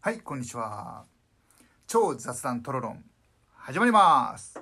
はい、こんにちは。超雑談トロロン、始まります。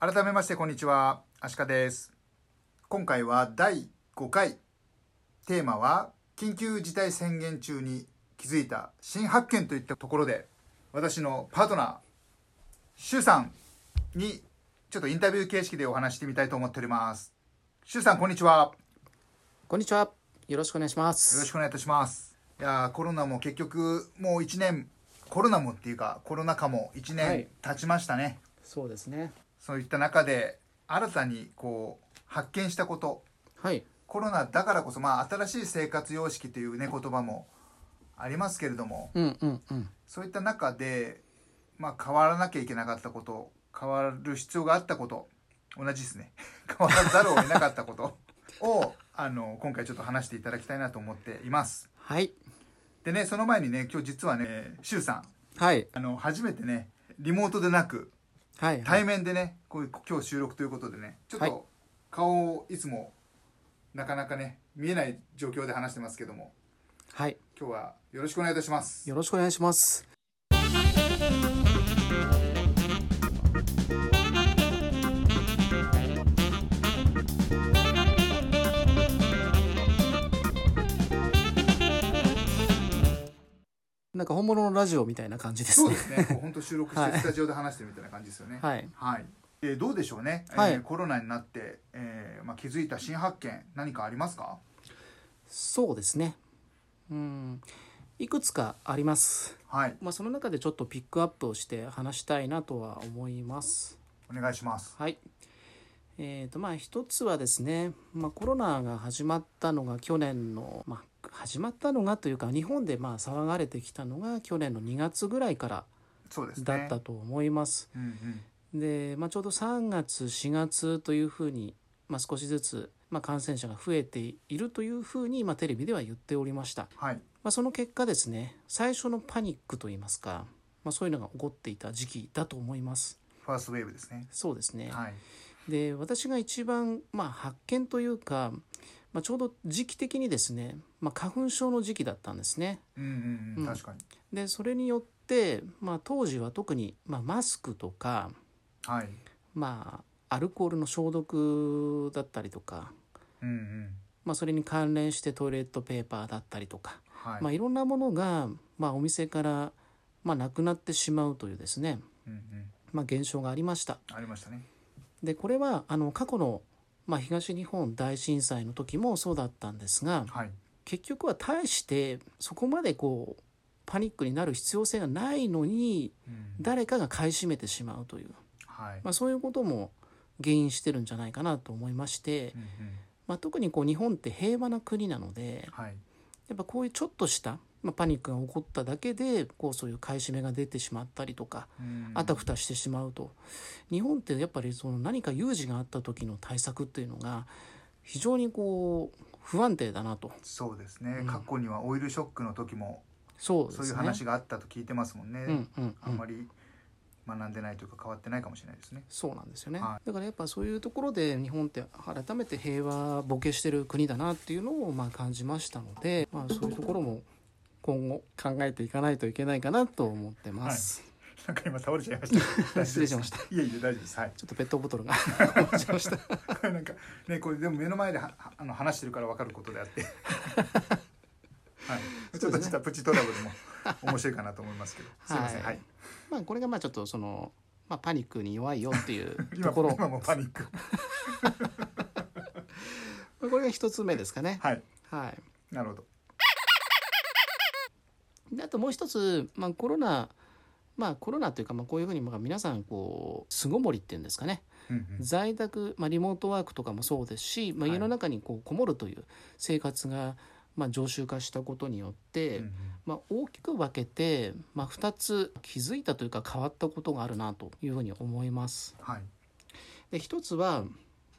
改めまして、こんにちは。アシカです。今回は第5回。テーマは、緊急事態宣言中に気づいた新発見といったところで、私のパートナー、シュウさんに、ちょっとインタビュー形式でお話してみたいと思っております。シュウさん、こんにちは。こんにちは。よろしくお願いしまよろしす。くお願いいたします。いやーコロナも結局もう1年コロナもっていうかコロナ禍も1はい年経ちましたね、そうですね。そういった中で新たにこう発見したことはい。コロナだからこそ、まあ、新しい生活様式というね言葉もありますけれどもうんうんうん。そういった中で、まあ、変わらなきゃいけなかったこと変わる必要があったこと同じですね 変わらざるを得なかったことをあの今回ちょっと話していただきたいなと思っています。はい。でね、その前にね、今日実はね、シュウさん、はい。あの、初めてね、リモートでなく、はい。対面でね、こういう今日収録ということでね、ちょっはいと顔をいつも、なかなかね、見えない状況で話してますけども、はい。今日はよろしくお願いいたします。よろしくお願いします。なんか本物のラジオみたいな感じですそうでね。す ね、こう本当収録しはていスタジオで話してるみたいな感じですよね。はい。はい。えーどうでしょうね、えーはいコロナになって、えーまあ、気づいた新発見、何かありますかそうですね。うん。いくつかあります。はい、まあ、その中でちょっとピックアップをして話したいなとは思います。お願いします。はい。えーとまあ、一つはですね、まあ、コロナが始まったのが去年の、まあ、始まったのがというか日本でまあ騒がれてきたのが去年の2月ぐらいからそうですね。だったと思います。うんうん。で、まあ、ちょうど3月4月というふうに、まあ、少しずつ、まあ、感染者が増えているというふうに、まあ、テレビでは言っておりました。はい。まあ、その結果ですね最初のパニックといいますか、まあ、そういうのが起こっていた時期だと思いますファーストウェーブですね。そうですね、はい。で私が一番、まあ、発見というか、まあ、ちょうど時期的にですね、まあ、花粉症の時期だったんですねうんうんう、うんん確かに。でそれによって、まあ、当時は特に、まあ、マスクとか、はい。まあ、アルコールの消毒だったりとか、うんうん。まあ、それに関連してトイレットペーパーだったりとか、はいまあ、いろんなものが、まあ、お店から、まあ、なくなってしまうというですね、うんうん、まあ、現象がありました。ありましたね。でこれはあの過去の、まあ、東日本大震災の時もそうだったんですがはい。結局は大してそこまでこうパニックになる必要性がないのにうん、誰かが買い占めてしまうという、はい。まあ、そういうことも原因してるんじゃないかなと思いまして、うんうん、まあ、特にこう日本って平和な国なのではい。やっぱこういうちょっとした、まあ、パニックが起こっただけでこうそういう買い占めが出てしまったりとかうんあたふたしてしまうと日本ってやっぱりその何か有事があった時の対策っていうのが非常にこう不安定だなとそうですね、うん過去にはオイルショックの時もそうですそうねいう話があったと聞いてますもんね。うんうんあうんまんり学んでないというか変わってないかもしれないですね。 そうなんですよね、はだからやっぱそういうところで日本って改めて平和ボケしてる国だなっていうのをまあ感じましたので、まあ、そういうところも今後考えていかないといけないかなと思ってます、なんか今倒れちゃいました。大丈夫です 失礼しました。いえいえ大丈夫です。はい。ちょっとペットボトルが 落ちましたこれなんかねこれでも目の前でははあの話してるからわかることで あって。はい。ちょっとしたプチトラブルも面白いかなと思いますけど。すいません。ははいい。まあこれがまあちょっとその、まあ、パニックに弱いよっていう 今ところ今もパニック。 これが一つ目ですかね。はい。はなるほど。い。であともう一つ、まあ、コロナまあ、コロナというか、まあ、こういうふうにまあ皆さんこう巣ごもりっていうんですかねうんうん在宅、まあ、リモートワークとかもそうですし、まはあ、い家の中にこうこもるという生活が、まあ、常習化したことによって、うんうんまあ、大きく分けて、まあ、2つ気づいたというか変わったことがあるなというふうに思います。はいで一つは、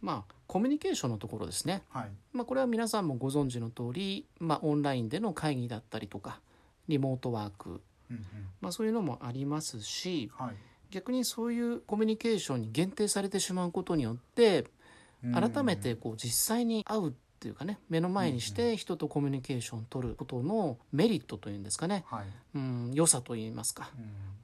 まあ、コミュニケーションのところですね。はいまあ、これは皆さんもご存知の通り、まあ、オンラインでの会議だったりとかリモートワーク、うんうんまあ、そういうのもありますしはい逆にそういうコミュニケーションに限定されてしまうことによってうんうん改めてこう実際に会うっていうかね目の前にして人とコミュニケーションを取ることのメリットというんですかね、はいうん、良さといいますか、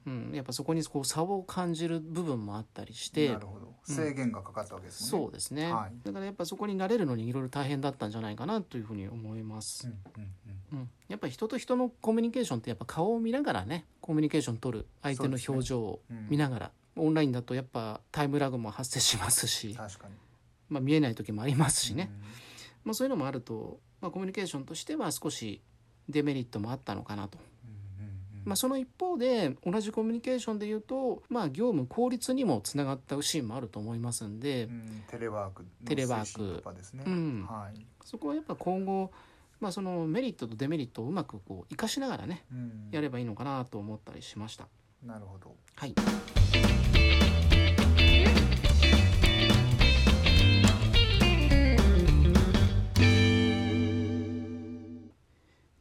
うんうん、やっぱそこにこう差を感じる部分もあったりしてなるほど制限がかかったわけですねそうですね、はいだからやっぱそこに慣れるのにいろいろ大変だったんじゃないかなというふうに思います。うんうんうんうん、やっぱ人と人のコミュニケーションってやっぱ顔を見ながらねコミュニケーション取る相手の表情をそうですねうん見ながら、オンラインだとやっぱタイムラグも発生しますし、確かにまあ、見えない時もありますしね、まあ、そういうのもあると、まあ、コミュニケーションとしては少しデメリットもあったのかなと、うんうんうんまあ、その一方で同じコミュニケーションで言うと、まあ、業務効率にもつながったシーンもあると思いますんで、うんテレワークのテレワーク推進とかですねうんはいそこはやっぱ今後、まあ、そのメリットとデメリットをうまくこう生かしながらねうんやればいいのかなと思ったりしました。なるほどはい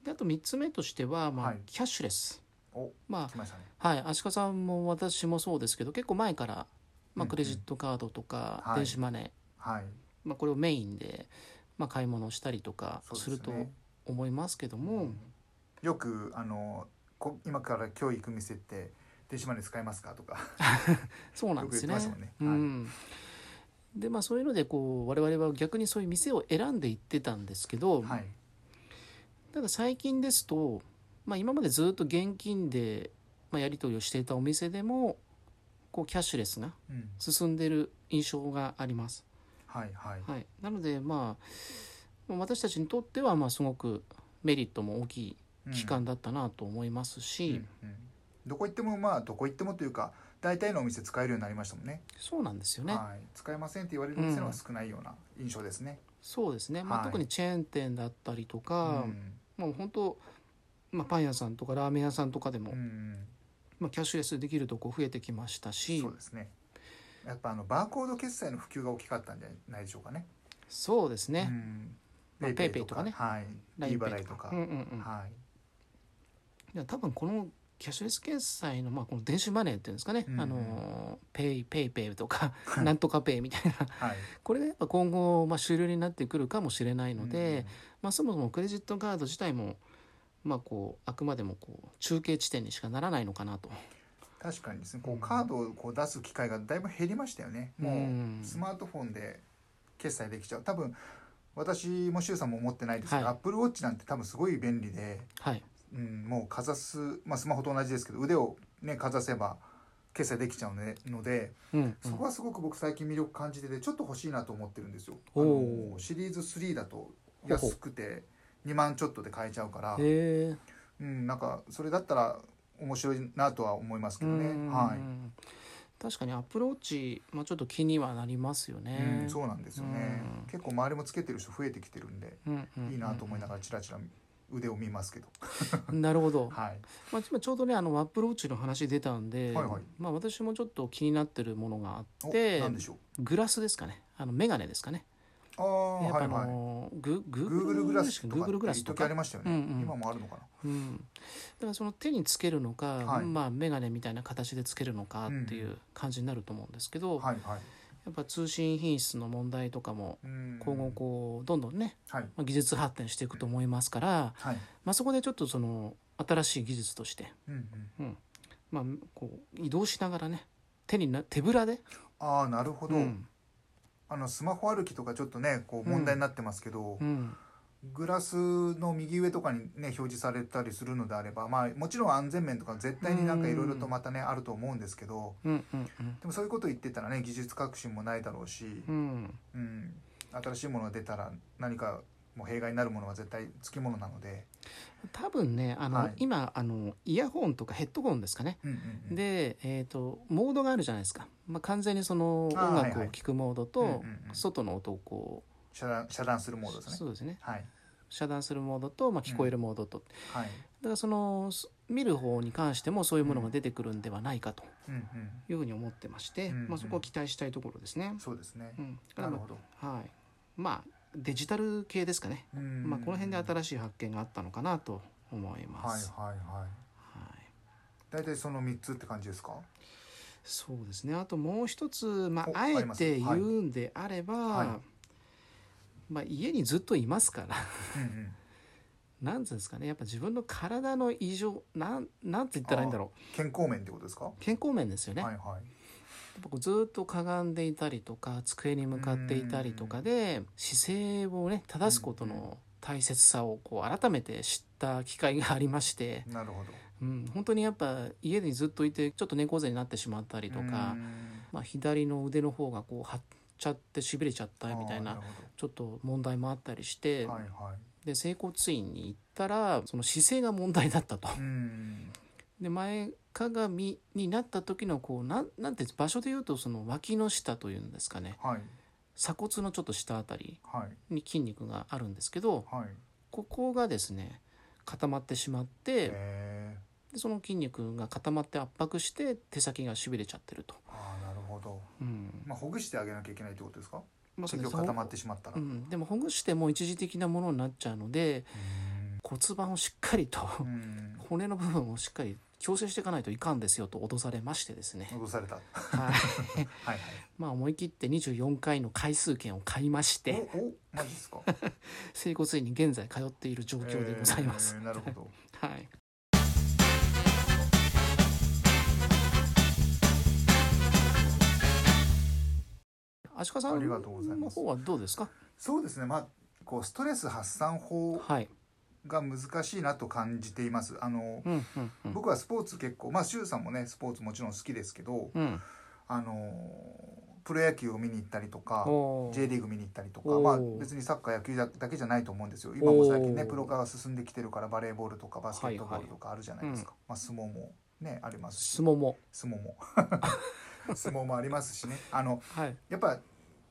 であと3つ目としては、まあはいキャッシュレス、おま来ましたねあはい、足利さんも私もそうですけど結構前から、うんうまあ、んクレジットカードとか、はい電子マネー、はいまあ、これをメインで、まあ、買い物をしたりとかそうですすねると思いますけども、よくあのこ今から今日行く店って電子マネー使えますかとかそうなんですね。よく言ってましたうもんねん。でまあそういうのでこう我々は逆にそういう店を選んで行ってたんですけど、はいただ最近ですと、まあ、今までずっと現金で、まあ、やり取りをしていたお店でもこうキャッシュレスがうん進んでる印象があります。はいはいはい、なのでまあ私たちにとってはまあすごくメリットも大きいうん期間だったなと思いますし、うんうんどこ行ってもまあどこ行ってもというか大体のお店使えるようになりましたもんねそうなんですよね。はい使えませんって言われる店の方が少ないような印象ですねそうですね、まあはい特にチェーン店だったりとうか、んもう本当、まあ、パン屋さんとかラーメン屋さんとかでも、うんまあ、キャッシュレスできるとこ増えてきましたしそうですねやっぱあのバーコード決済の普及が大きかったんじゃないでしょうかねそうですね、まペあイペイ PayPay とかねはい LINE リ払いとかうんうんうんはいいや多分このキャッシュレス決済の,、まあこの電子マネーっていうんですかね、うんうんあのペイペイペイ とかなんとかペイみたいなはいこれがやっぱ今後、まあ、主流になってくるかもしれないので、まあ、そもそもクレジットカード自体も、まあ、こうあくまでもこう中継地点にしかならないのかなと。確かにですねこうカードをこう出す機会がだいぶ減りましたよねもう、んスマートフォンで決済できちゃう多分私も周さんも持ってないですけど、はいアップルウォッチなんて多分すごい便利で、はい、うん、もうかざす、まあ、スマホと同じですけど腕を、ね、かざせば決済できちゃうねのでうんうんそこはすごく僕最近魅力感じててちょっと欲しいなと思ってるんですよ。あおーのシリーズ3だと安くて2万ちょっとで買えちゃうから、へえうん、なんかそれだったら面白いなとは思いますけどうね。んはい確かにアプローチ、まあ、ちょっと気にはなりますよね。うん、そうなんですよね、うん結構周りもつけてる人増えてきてるんでうんうんうんいいなと思いながらチラチラ腕を見ますけど、なるほど、はい、まあ、今ちょうどねあのアプローチの話出たんで、はいはいまあ、私もちょっと気になってるものがあっおて何でしょうグラスですかねあの眼鏡ですかねああやっぱはあいはいのググ Google グラスとか Google グラス一と時ありか、ましたよね、うんうん今もあるのかなうん、だからその手につけるのか、はいまあ、眼鏡みたいな形でつけるのかっていう感じになると思うんですけど、はいはいやっぱ通信品質の問題とかもうん今後こうどんどんねはいまあ技術発展していくと思いますから、はいまあ、そこでちょっとその新しい技術として、うんうんまあ、こう移動しながらね手にな手ぶらで、ああなるほど、うんあのスマホ歩きとかちょっとねこう問題になってますけど、うんグラスの右上とかにね表示されたりするのであればまあもちろん安全面とか絶対になんかいろいろとまたねあると思うんですけどうんうんうんでもそういうこと言ってたらね技術革新もないだろうし、うんうん、新しいものが出たら何かもう弊害になるものは絶対つきものなので、多分ねあの、はい今あのイヤホンとかヘッドホンですかね、うんうんうんで、えー、とモードがあるじゃないですか、まあ、完全にその音あーはい楽はをい聴くモードうんうんとうん外の音をこう遮断遮断するモードですねそうですねはい遮断するモードと、まあ、聞こえるモードと、だはいからそのす見る方に関してもそういうものが出てくるんではないかとうんいうふうに思ってまして、うんうんまあ、そこは期待したいところですねうん。そうですねうん、だかなるらまほどあはいまあデジタル系ですかね、ままあ、この辺で新しい発見があったのかなと思いまはいす。はいはいはい大体その三つって感じですかそうですねあともう一つ、まおあ、あえありますて言はいうんであれば、はまあ、家にずっといますから うんうんなんつうんですかねやっぱ自分の体の異常なんなんて言ったらいいんだろう健康面ってことですかは健康面ですよいね、はやっいぱこうずっとかがんでいたりとか机に向かっていたりとかで姿勢をね正すことの大切さをこう改めて知った機会がありまして、なるほどうん、本当にやっぱ家にずっといてちょっと猫背になってしまったりとかう、んまあ、左の腕の方がこう張っちゃってしびれちゃったみたいあーなるちょっと問題もあったりして、ほどはいはで整骨院に行ったらその姿勢が問題だったというんで前かがみになった時のこうなんなんて場所で言うとその脇の下というんですかねはい鎖骨のちょっと下あたりはいに筋肉があるんですけどはいここがですね固まってしまってへーでその筋肉が固まって圧迫して手先がしびれちゃってると、あーなるほどうんまあほぐしてあげなきゃいけないってことですかまあ結局固まってしまったらううんん、でもほぐしても一時的なものになっちゃうので骨盤をしっかりと、うん骨の部分をしっかり矯正していかないといかんですよと脅されましてですね、戻されたはいはい、はい まあ思い切って24回の回数券を買いましておおマジですか整骨院に現在通っている状況でございます、えーなるほどはい足利さあんりがとうございのます方はどうですかそうですねまあこうストレス発散法はい、が難しいなと感じていますあのうんうんうん僕はスポーツ結構まあ周さんもねスポーツもちろん好きですけどうん、あのプロ野球を見に行ったりとかおー J リーグ見に行ったりとかおーまあ別にサッカー野球だけじゃないと思うんですよ今も最近ねおープロ化が進んできてるからバレーボールとかバスケットボールとかあるじゃないですか、まあ、相撲もねありますし相撲も相撲も 相撲もありますしねあのはい、やっぱ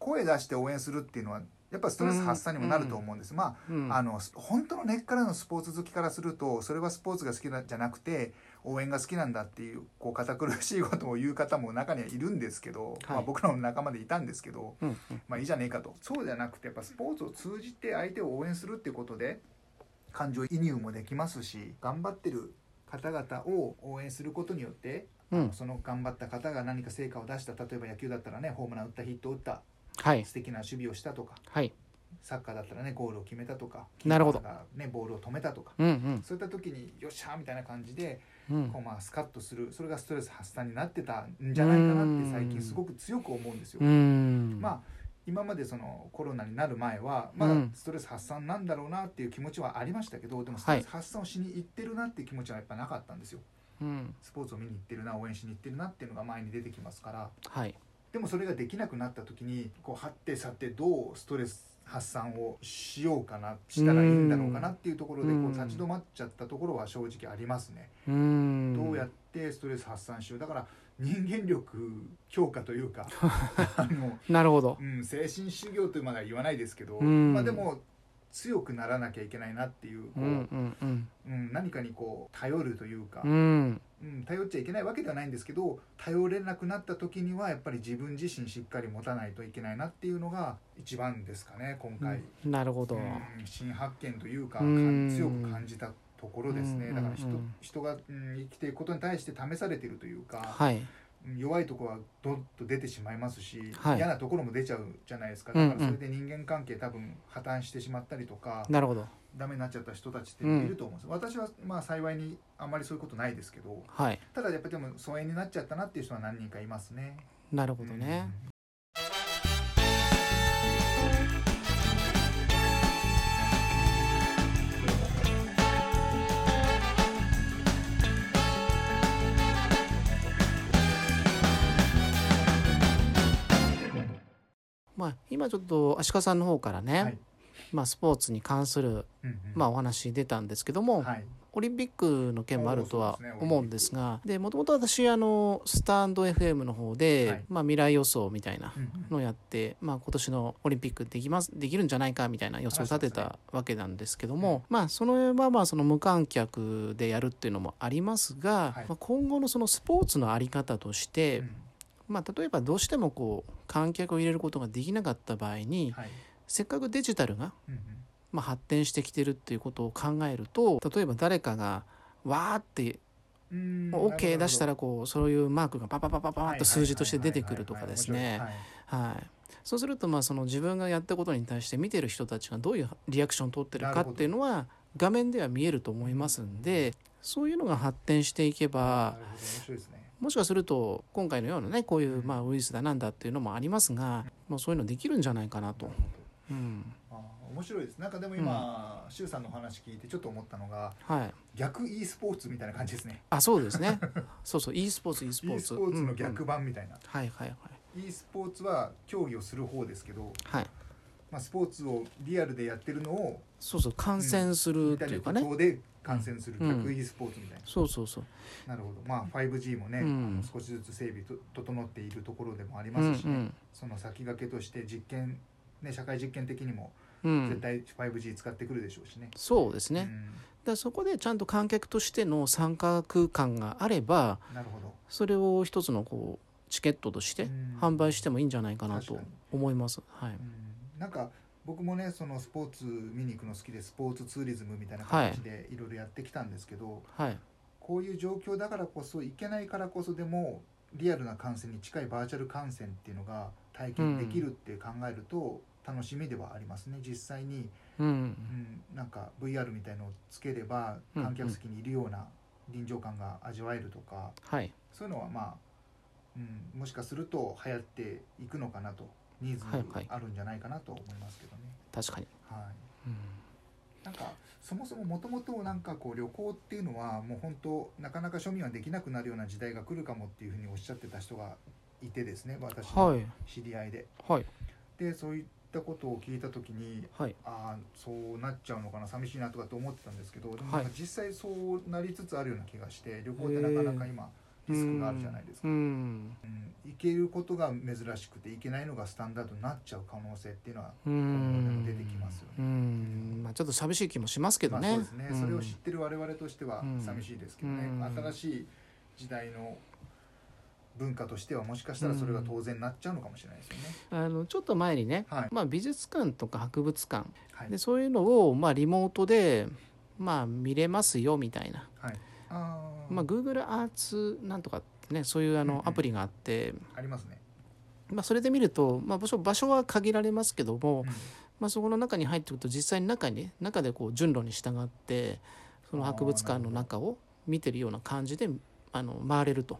声出して応援するっていうのはやっぱストレス発散にもなると思うんです、まあうん、あの本当の根っからのスポーツ好きからするとそれはスポーツが好きなじゃなくて応援が好きなんだっていうこう堅苦しいことを言う方も中にはいるんですけど、まあ、僕らの仲間でいたんですけど、うんうんまあ、いいじゃねえかとそうじゃなくてやっぱスポーツを通じて相手を応援するっていうことで感情移入もできますし頑張ってる方々を応援することによってうん、その頑張った方が何か成果を出した例えば野球だったらねホームラン打ったヒット打ったはい素敵な守備をしたとかはいサッカーだったらねゴールを決めたとかなるほどキーパーがね、ボールを止めたとかうんうんそういった時によっしゃーみたいな感じで、うんこうまあスカッとするそれがストレス発散になってたんじゃないかなって最近すごく強く思うんですよう。んまあ今までそのコロナになる前はまうだんストレス発散なんだろうなっていう気持ちはありましたけどでもストレス発散をしに行ってるなっていう気持ちはやっぱなかったんですよ。うんスポーツを見に行ってるな応援しに行ってるなっていうのが前に出てきますからはいでもそれができなくなった時にこう張って去ってどうストレス発散をしようかなしたらいいんだろうかなっていうところでうんこう立ち止まっちゃったところは正直ありますね。うんどうやってストレス発散しようだから人間力強化と いうかあの、なるほどうん、精神修行とまでは言わないですけど、うんまあ、でも強くならなきゃいけないなっていうこうう、んうんうんうん何かにこう頼るというかう、んうん、頼っちゃいけないわけではないんですけど頼れなくなった時にはやっぱり自分自身しっかり持たないといけないなっていうのが一番ですかね今回、なるほどうん新発見というかうんかん強く感じたところですねうんだから人うん人が、うん、生きていくことに対して試されているというかはいうん弱いところはどんと出てしまいますし、はい嫌なところも出ちゃうじゃないですかうんうだんからそれで人間関係多分破綻してしまったりとか、なるほどダメになっちゃった人たちっていると思うんです、私はまあ幸いにあんまりそういうことないですけど。はいただやっぱでも疎遠になっちゃったなっていう人は何人かいますね。なるほどねまあ今ちょっと足利さんの方からね、はいまあ、スポーツに関する、うんうんまあ、お話出たんですけども、はいオリンピックの件もあるとはそうですね思うんですがでもともと私あのスタンド FM の方で、はいまあ、未来予想みたいなうんうんのをやって、まあ、今年のオリンピックできますできるんじゃないかみたいな予想を立てたわけなんですけども、まあそのまあまあその無観客でやるっていうのもありますが、はいまあ、今後のそのスポーツのあり方として、うんまあ、例えばどうしてもこう観客を入れることができなかった場合に、はいせっかくデジタルがうんうんまあ、発展してきてるっていうことを考えると例えば誰かがわーってうーんもう OK 出したならるこうそういうマークがパパパパパほどパッと数字として出てくるとかですねはいはいはいはいはいそうするとまあその自分がやったことに対して見てる人たちがどういうリアクションを取ってるかっていうのは画面では見えると思いますんでそういうのが発展していけばはいなるほど面白いですねもしかすると今回のようなねこういうまあウイルスだなんだっていうのもありますがもうそういうのできるんじゃないかなと。うんあー面白いですなんかでも今周、さんのお話聞いてちょっと思ったのがはい、逆 e スポーツみたいな感じですねあそうで すねそうそう e スポーツ e スポー e ツスポーツうんうのん逆版みたいな、はいはいはい e スポーツは競技をする方ですけど、はいまあ、スポーツをリアルでやってるのをそうそう観戦するったていうりかね、仮想で観戦するうん逆 e スポーツみたいな、そうそうそうなるほどまあ 5G もね、うん少しずつ整備と整っているところでもありうんますしうね、んその先駆けとして実験ね社会実験的にもう絶ん対 5G 使ってくるでしょうしね。そうですね、うだかんらそこでちゃんと観客としての参加空間があればなるほど。それを一つのこうチケットとしてうん販売してもいいんじゃないかなと確かに思います、はいうんなんか僕もねそのスポーツ見に行くの好きでスポーツツーリズムみたいな形でいろいろやってきたんですけど、はいこういう状況だからこそ行けないからこそでもリアルな観戦に近いバーチャル観戦っていうのが体験できるって考えると楽しみではありますね、実際に、うんうん、なんか VR みたいのをつければうん観客席にいるような臨場感が味わえるとか、はいそういうのはまあ、うん、もしかすると流行っていくのかなとニーズはいはいあるんじゃないかなと思いますけどね。確かに、はいうんなんかそもそももともとなんかこう旅行っていうのはもう本当なかなか庶民はできなくなるような時代が来るかもっていうふうにおっしゃってた人がいてですね私はのい知り合いで。はいでそういったことを聞いた時にはいああそうなっちゃうのかな寂しいなとかって思ってたんですけどでもはないんか実際そうなりつつあるような気がして旅行ってなかなか今リスクがあるじゃないですか。うんうん行けることが珍しくて行けないのがスタンダードになっちゃう可能性っていうのは、う今ん後でも出てきますよねうんまあ、ちょっと寂しい気もしますけどまあね。そうですね、うんそれを知ってる我々としてはうん寂しいですけどね、うん新しい時代の文化としてはもしかしたらそれが当然になっちゃうのかもしれないですよね、あのちょっと前にね、はいまあ、美術館とか博物館はいでそういうのをまあリモートでまあ見れますよみたいな、はいあー、まあ、Google アーツなんとかってねそういうあうんうのんアプリがあって、ありますね、まあ、それで見ると、まあ、場所場所は限られますけどうも、んまあ、そこの中に入ってくると実際に中に中でこう順路に従ってその博物館の中を見てるような感じであの回れると。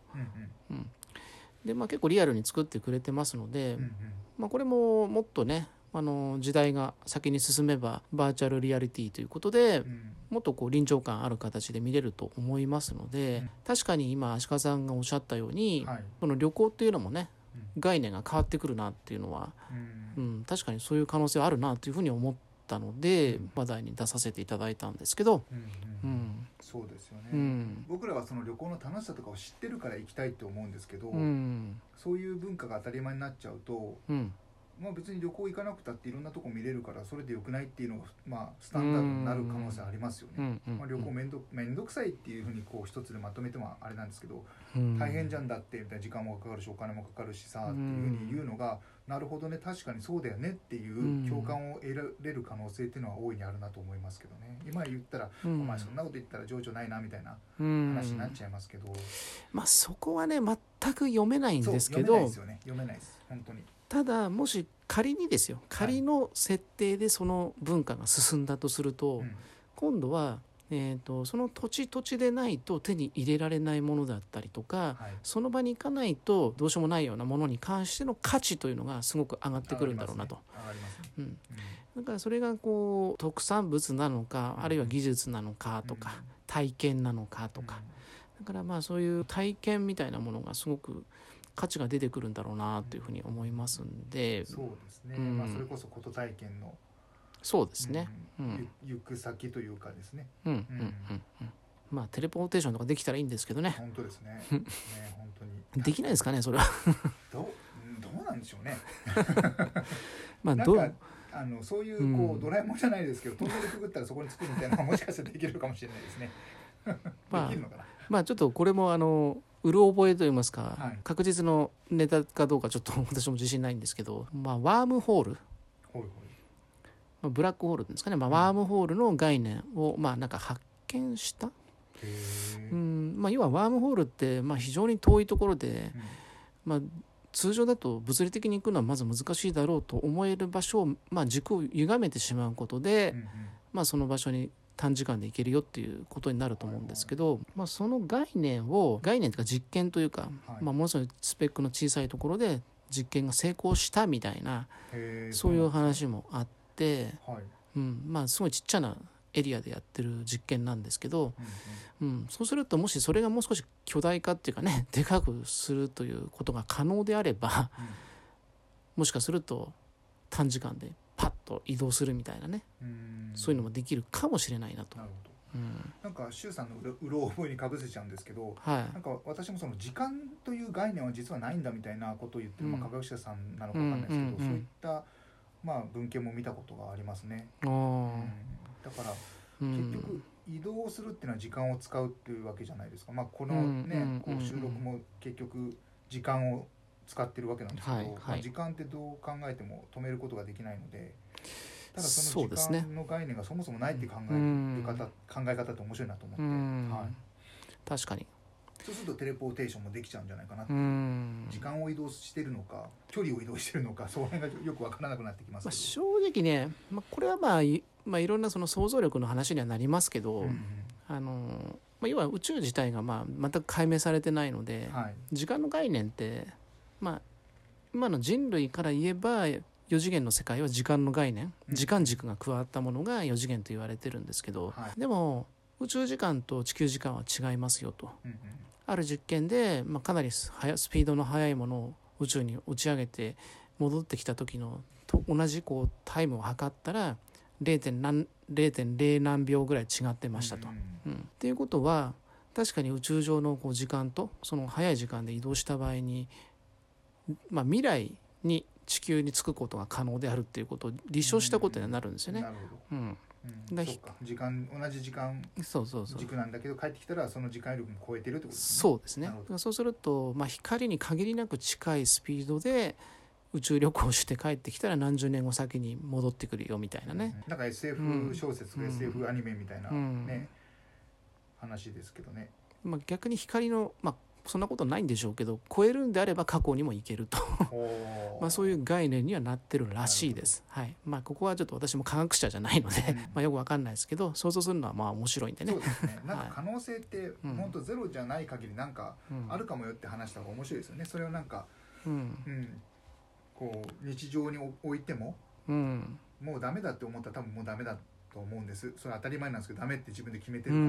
うんでまあ、結構リアルに作ってくれてますので、うんうんうんまあ、これももっとねあの時代が先に進めばバーチャルリアリティということで、うんもっとこう臨場感ある形で見れると思いますので、うん確かに今足利さんがおっしゃったように、はいこの旅行っていうのもね概念が変わってくるなっていうのは、うんうん、確かにそういう可能性はあるなというふうに思ったので、話題に出させていただいたんですけど、うんううんんそうですよね、うん僕らはその旅行の楽しさとかを知ってるから行きたいと思うんですけど、うんそういう文化が当たり前になっちゃうとうん、まあ、別に旅行行かなくたっていろんなとこ見れるからそれでよくないっていうのが、まあ、スタンダードになる可能性ありますようね。んうんまあ、旅行めんどめんどくさいっていうふうにこう一つでまとめてもあれなんですけどうん大変じゃんだってみたいな時間もかかるしお金もかかるしさっていうふうに言うのがなるほどね確かにそうだよねっていう共感を得られる可能性っていうのは大いにあるなと思いますけどね今言ったらおうん前そんなこと言ったら情緒ないなみたいなうん話になっちゃいますけどまあそこはね全く読めないんそうですけ読めないどですよね読めないです本当に。ただもし仮にですよ仮の設定でその文化が進んだとすると、うん今度は、えー、とその土地土地でないと手に入れられないものだったりとか、はいその場に行かないとどうしようもないようなものに関しての価値というのがすごく上がってくるんだろうなと。上がりますねうん、上がりますねだからそれがこう特産物なのかうんあるいは技術なのかとか、うん体験なのかうとんか、だからまあそういう体験みたいなものがすごく価値が出てくるんだろうなというふうに思いますんでそうですね、うんまあ、それこそこと体験のそうですね。ううんんゆ行く先というかですねうんうんうんうん。まあテレポーテーションとかできたらいいんですけどね。本当です ねね本当にできないですかねそれは。 どううんどうなんでしょうねまあなどんかうあのそういうこう、うんドラえもんじゃないですけどトンネルくぐったらそこに着くみたいなのがもしかしたらできるかもしれないですね まあできるのかなまあちょっとこれもあの。うる覚えと言いますか、はい確実のネタかどうかちょっと 私も自信ないんですけど、まあ、ワームホール、ほいほいまあブラックホールですかね、まあ、ワームホールの概念を、まあ、なんか発見した、へえ、ううんんまあ、要はワームホールって、まあ、非常に遠いところで、まあ、通常だと物理的に行くのはまず難しいだろうと思える場所を、まあ、軸を歪めてしまうことで、うんうんまあ、その場所に短時間で行けるよっていうことになると思うんですけど、まあ、その概念を概念というか実験というか、はいまあ、ものすごいスペックの小さいところで実験が成功したみたいなへえそういう話もあって、はい、うんまあ、すごいちっちゃなエリアでやってる実験なんですけど、うんうんうん、そうするともしそれがもう少し巨大化っていうかね でかくするということが可能であれば、 うんもしかすると短時間でパッと移動するみたいなね、うんそういうのもできるかもしれないなとな。るほどうんなんか周さんのうろうろ覚えにかぶせちゃうんですけどはいなんか私もその時間という概念は実はないんだみたいなことを言ってる、まあ、うん科学者さんなのかわかんないですけど、うんうんうんそういった、まあ、文献も見たことがありますね、あうんーだからうん結局移動するっていうのは時間を使うっていうわけじゃないですか、まあ、このうんうんうんうねんこう収録も結局時間を使ってるわけなんですけど、はいはいまあ時間ってどう考えても止めることができないのでただそそのうで時すね間の概念がそもそもないって考えるうん方、考え方って面白いなと思って、うんはい、確かに、そうするとテレポーテーションもできちゃうんじゃないかな、うん時間を移動してるのか距離を移動してるのかそこら辺がよくわからなくなってきままあ、す正直ね、まあ、これはまあい,、まあ、いろんなその想像力の話にはなりますけど、けど、うんあのまあ、要は宇宙自体がまあ全く解明されてないのでうん、はい時間の概念って、まあ、今の人類から言えば4次元の世界は時間の概念うん時間軸が加わったものが4次元と言われてるんですけど、はでも宇宙時間と地球時間は違いますよとうんうんある実験で、まあ、かなりす速スピードの速いものを宇宙に打ち上げて戻ってきた時のと同じこうタイムを測ったら 0. 何0.0何秒ぐらい違ってましたとう。んうん、っていうことは確かに宇宙上のこう時間とその早い時間で移動した場合に、まあ、未来に地球に着くことが可能であるっていうことを立証したことにはなるんですよね。なるほどうん、うんだそっか時間同じ時間そうそうそう軸なんだけど帰ってきたらその時間よりも超えてるってことですねそうですねなるほどだからそうすると、まあ、光に限りなく近いスピードで宇宙旅行して帰ってきたら何十年後先に戻ってくるよみたいなね。うんなんかう SF ん小説とかうん SF アニメみたいなうんね話ですけど ねまあ、逆に光の、まあ、そんなことないんでしょうけど超えるんであれば過去にも行けると。 まあ、そういいう概念にはなってるらしいです。はい。まあ、ここはちょっと私も科学者じゃないので、うん まあ、よくわかんないですけど、想像するのはまあ面白いんでねそう。ですねなんはいか可能性ってうん本当ゼロじゃない限りなんかうんあるかもよって話した方が面白いですよねそれをなんかうん。うんこう日常に置いてもうん。もうダメだって思ったら多分もうダメだと思うんですそれ当たり前なんですけどダメって自分で決めてるうからん。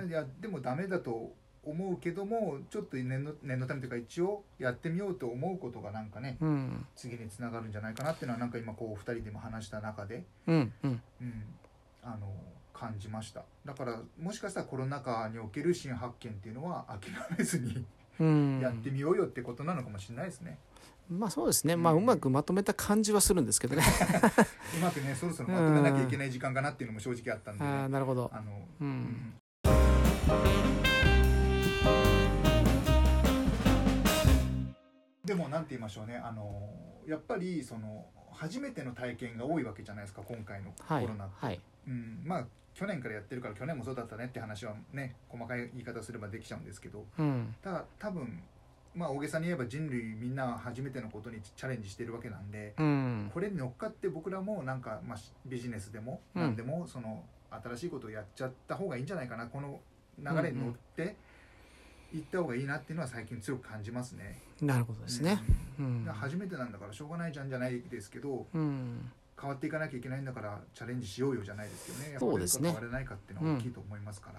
うんいやでもダメだと思うけどもちょっと念の念のためというか一応やってみようと思うことがなんかねうん。次につながるんじゃないかなっていうのはなんか今こうお二人でも話した中で、うん。うん。うん、あの感じましただからもしかしたらコロナ禍における新発見っていうのは諦めずにうやってん。みようよってことなのかもしれないですね、まあ、そうですね。まあ、うまくまとめた感じはするんですけどね。うまくねそろそろまとめなきゃいけない時間かなっていうのも正直あったんで、ねああ、なるほど。あのうう。んんでもなんて言いましょうねあのやっぱりその初めての体験が多いわけじゃないですか今回のコはいロナ、。はい。うん、まあ去年からやってるから去年もそうだったねって話はね細かい言い方すればできちゃうんですけどうん。ただ多分まあ大げさに言えば人類みんな初めてのことにチャレンジしてるわけなんで、うん。これに乗っかって僕らもなんか、まあ、しビジネスでもうん何でもその新しいことをやっちゃった方がいいんじゃないかなこの流れに乗って行った方がいいなっていうのは最近強く感じますね。なるほどですね。ううんん。初めてなんだからしょうがないじゃんじゃないですけどうん。変わっていかなきゃいけないんだからチャレンジしようよじゃないですけどねやっぱそうですね変われないかっていうのは大きいと思いますから、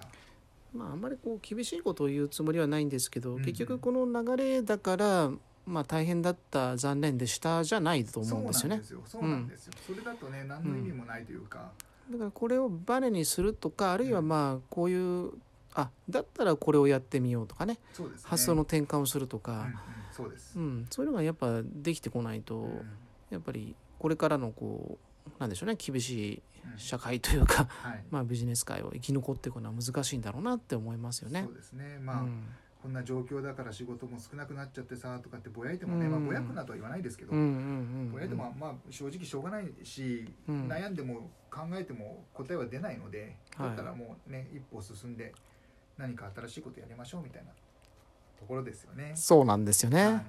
まあ、あんまりこう厳しいことを言うつもりはないんですけど、うんうん結局この流れだからまあ、大変だった残念でしたじゃないと思うんですよね。そうなんですよ。そうなんですよ。それだとね、何の意味もないというか。だからこれをバネにするとかあるいはうんまあこういう、あだったらこれをやってみようとかねそうですね。発想の転換をするとうん。うかん、そうですう。ん、そういうのがやっぱできてこないと、うんやっぱりこれからのこうなんでしょうね厳しうんい社会というか、 はい。まあ、ビジネス界を生き残っていくのは難しいんだろうなって思いますよねそ。うですね。まあ、うんこんな状況だから仕事も少なくなっちゃってさとかってぼやいてもね、うんまあぼやくなとは言わないですけど、うんうんうんぼやいてもまあ正直しょうがないし、うん悩んでも考えても答えは出ないので、はいだったらもうね一歩進んで何か新しいことやりましょうみたいなところですよね。そうなんですよね。はい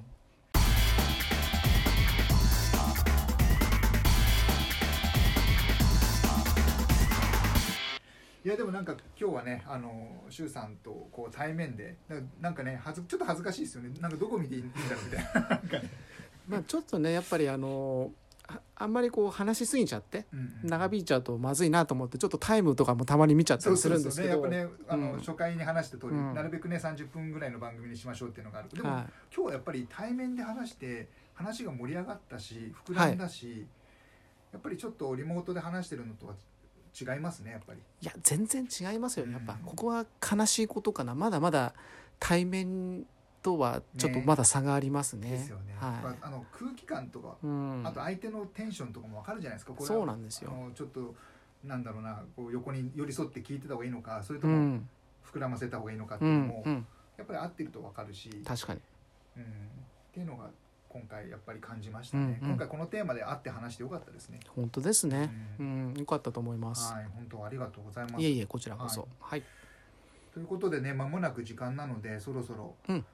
いやでもなんか今日はねあの周さんとこう対面でななんかねはずちょっと恥ずかしいですよねなんかどこ見ていいんだろうみたい ななんかね、まあ、ちょっとねやっぱりあのああんまりこう話しすぎちゃってうんうん長引いちゃうとまずいなと思ってちょっとタイムとかもたまに見ちゃったそうりそすうるんでそすうけねやっぱどねあの、うん初回に話した通り、うんなるべくね30分ぐらいの番組にしましょうっていうのがあるでも、は今日はやっぱり対面で話して話が盛り上がったし膨らんだし、やっぱりちょっとリモートで話してるのとは違いますねやっぱりい、いや全然違いますよやっぱ、うんここは悲しいことかなまだまだ対面とはちょっとねまだ差がありますね。ですよね、やはっぱあの空気感とか、いうん、あと相手のテンションとかも分かるじゃないですかこれはそうなんですよあ。のちょっとなんだろうなこう横に寄り添って聞いてた方がいいのかそれとうもん、膨らませた方がいいのかってういうのんも、、うん、やっぱり合ってると分かるし、確かに。うん、っていうのが今回やっぱり感じましたね、うんうん今回このテーマで会って話してよかったですね本当ですね。ううん、よかったと思います。はい本当ありがとうございますいえいえ、こちらこそ。はい。ということでね間もなく時間なのでそろそろ、うん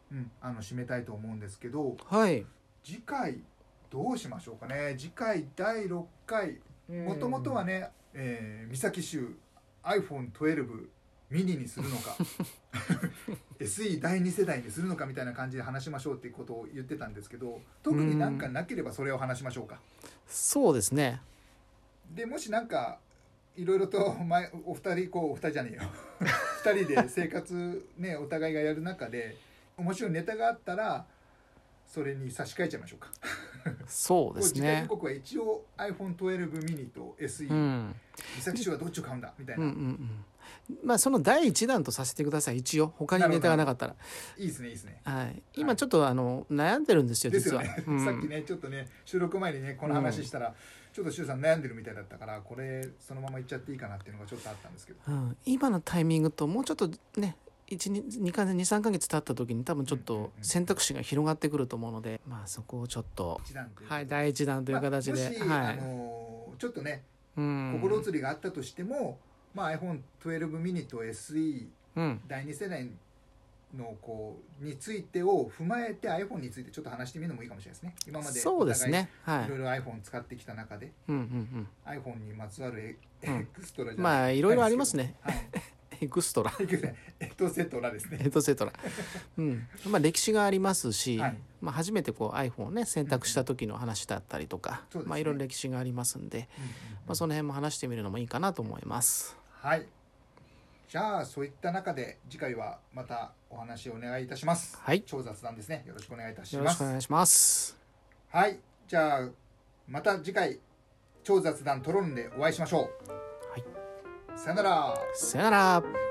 あの締めたいと思うんですけどはい。次回どうしましょうかね次回第6回もともとはね。ね、えー、三崎州 iPhone12 ミニにするの か SE 第2世代にするのかみたいな感じで話しましょうっていうことを言ってたんですけど特になんかなければそれを話しましょうか。そうですね。でもしなんかいろいろと 前お二人こうお二人じゃねえよ 二人で生活ねお互いがやる中で面白いネタがあったらそれに差し替えちゃいましょうかそうですこう次回ね時。刻は一応 iPhone12 ミニと SE、うん。美咲氏はどっちを買うんだみたいうんな、ういんうん、まあその第一弾とさせてください一応他にネタがなかったら、いですねいいですねはい、今ちょっとあの悩んでるんですよです実よはね、 うんさっきねちょっとね収録前にねこの話したら、ちょっと周さん悩んでるみたいだったからこれそのままいっちゃっていいかなっていうのがちょっとあったんですけどうん、今のタイミングともうちょっとね2か月3か月経った時に多分ちょっうんうんとうん選択肢が広がってくると思うので、まあ、そこをちょっと、一段ということではい、第一弾という形で、まあもしはいあのーちょっとねうん心移りがあったとしても、まあ、iPhone12 ミニと SE うん第2世代のこうについてを踏まえて iPhone についてちょっと話してみるのもいいかもしれないですね今までそうですねはお互いいいろいろ iPhone 使ってきた中でうんうん iPhone にまつわるエ,、うんエクストラうじゃんまなあいいろいろありますねはいエクストラ 結局ね エットセトラですねエトセトラ、うんまあ、歴史がありますし、はいまあ、初めてこう iPhone をね選択した時の話だったりとか、そうですねまあ、いろいろ歴史がありますんで、まあ、その辺も話してみるのもいいかなと思います。はいじゃあそういった中で次回はまたお話をお願いいたしますはい超雑談ですねよろしくお願いいたしよろましくすお願いします。はいじゃあまた次回超雑談トロンでお会いしましょう、はいさよならさよなら。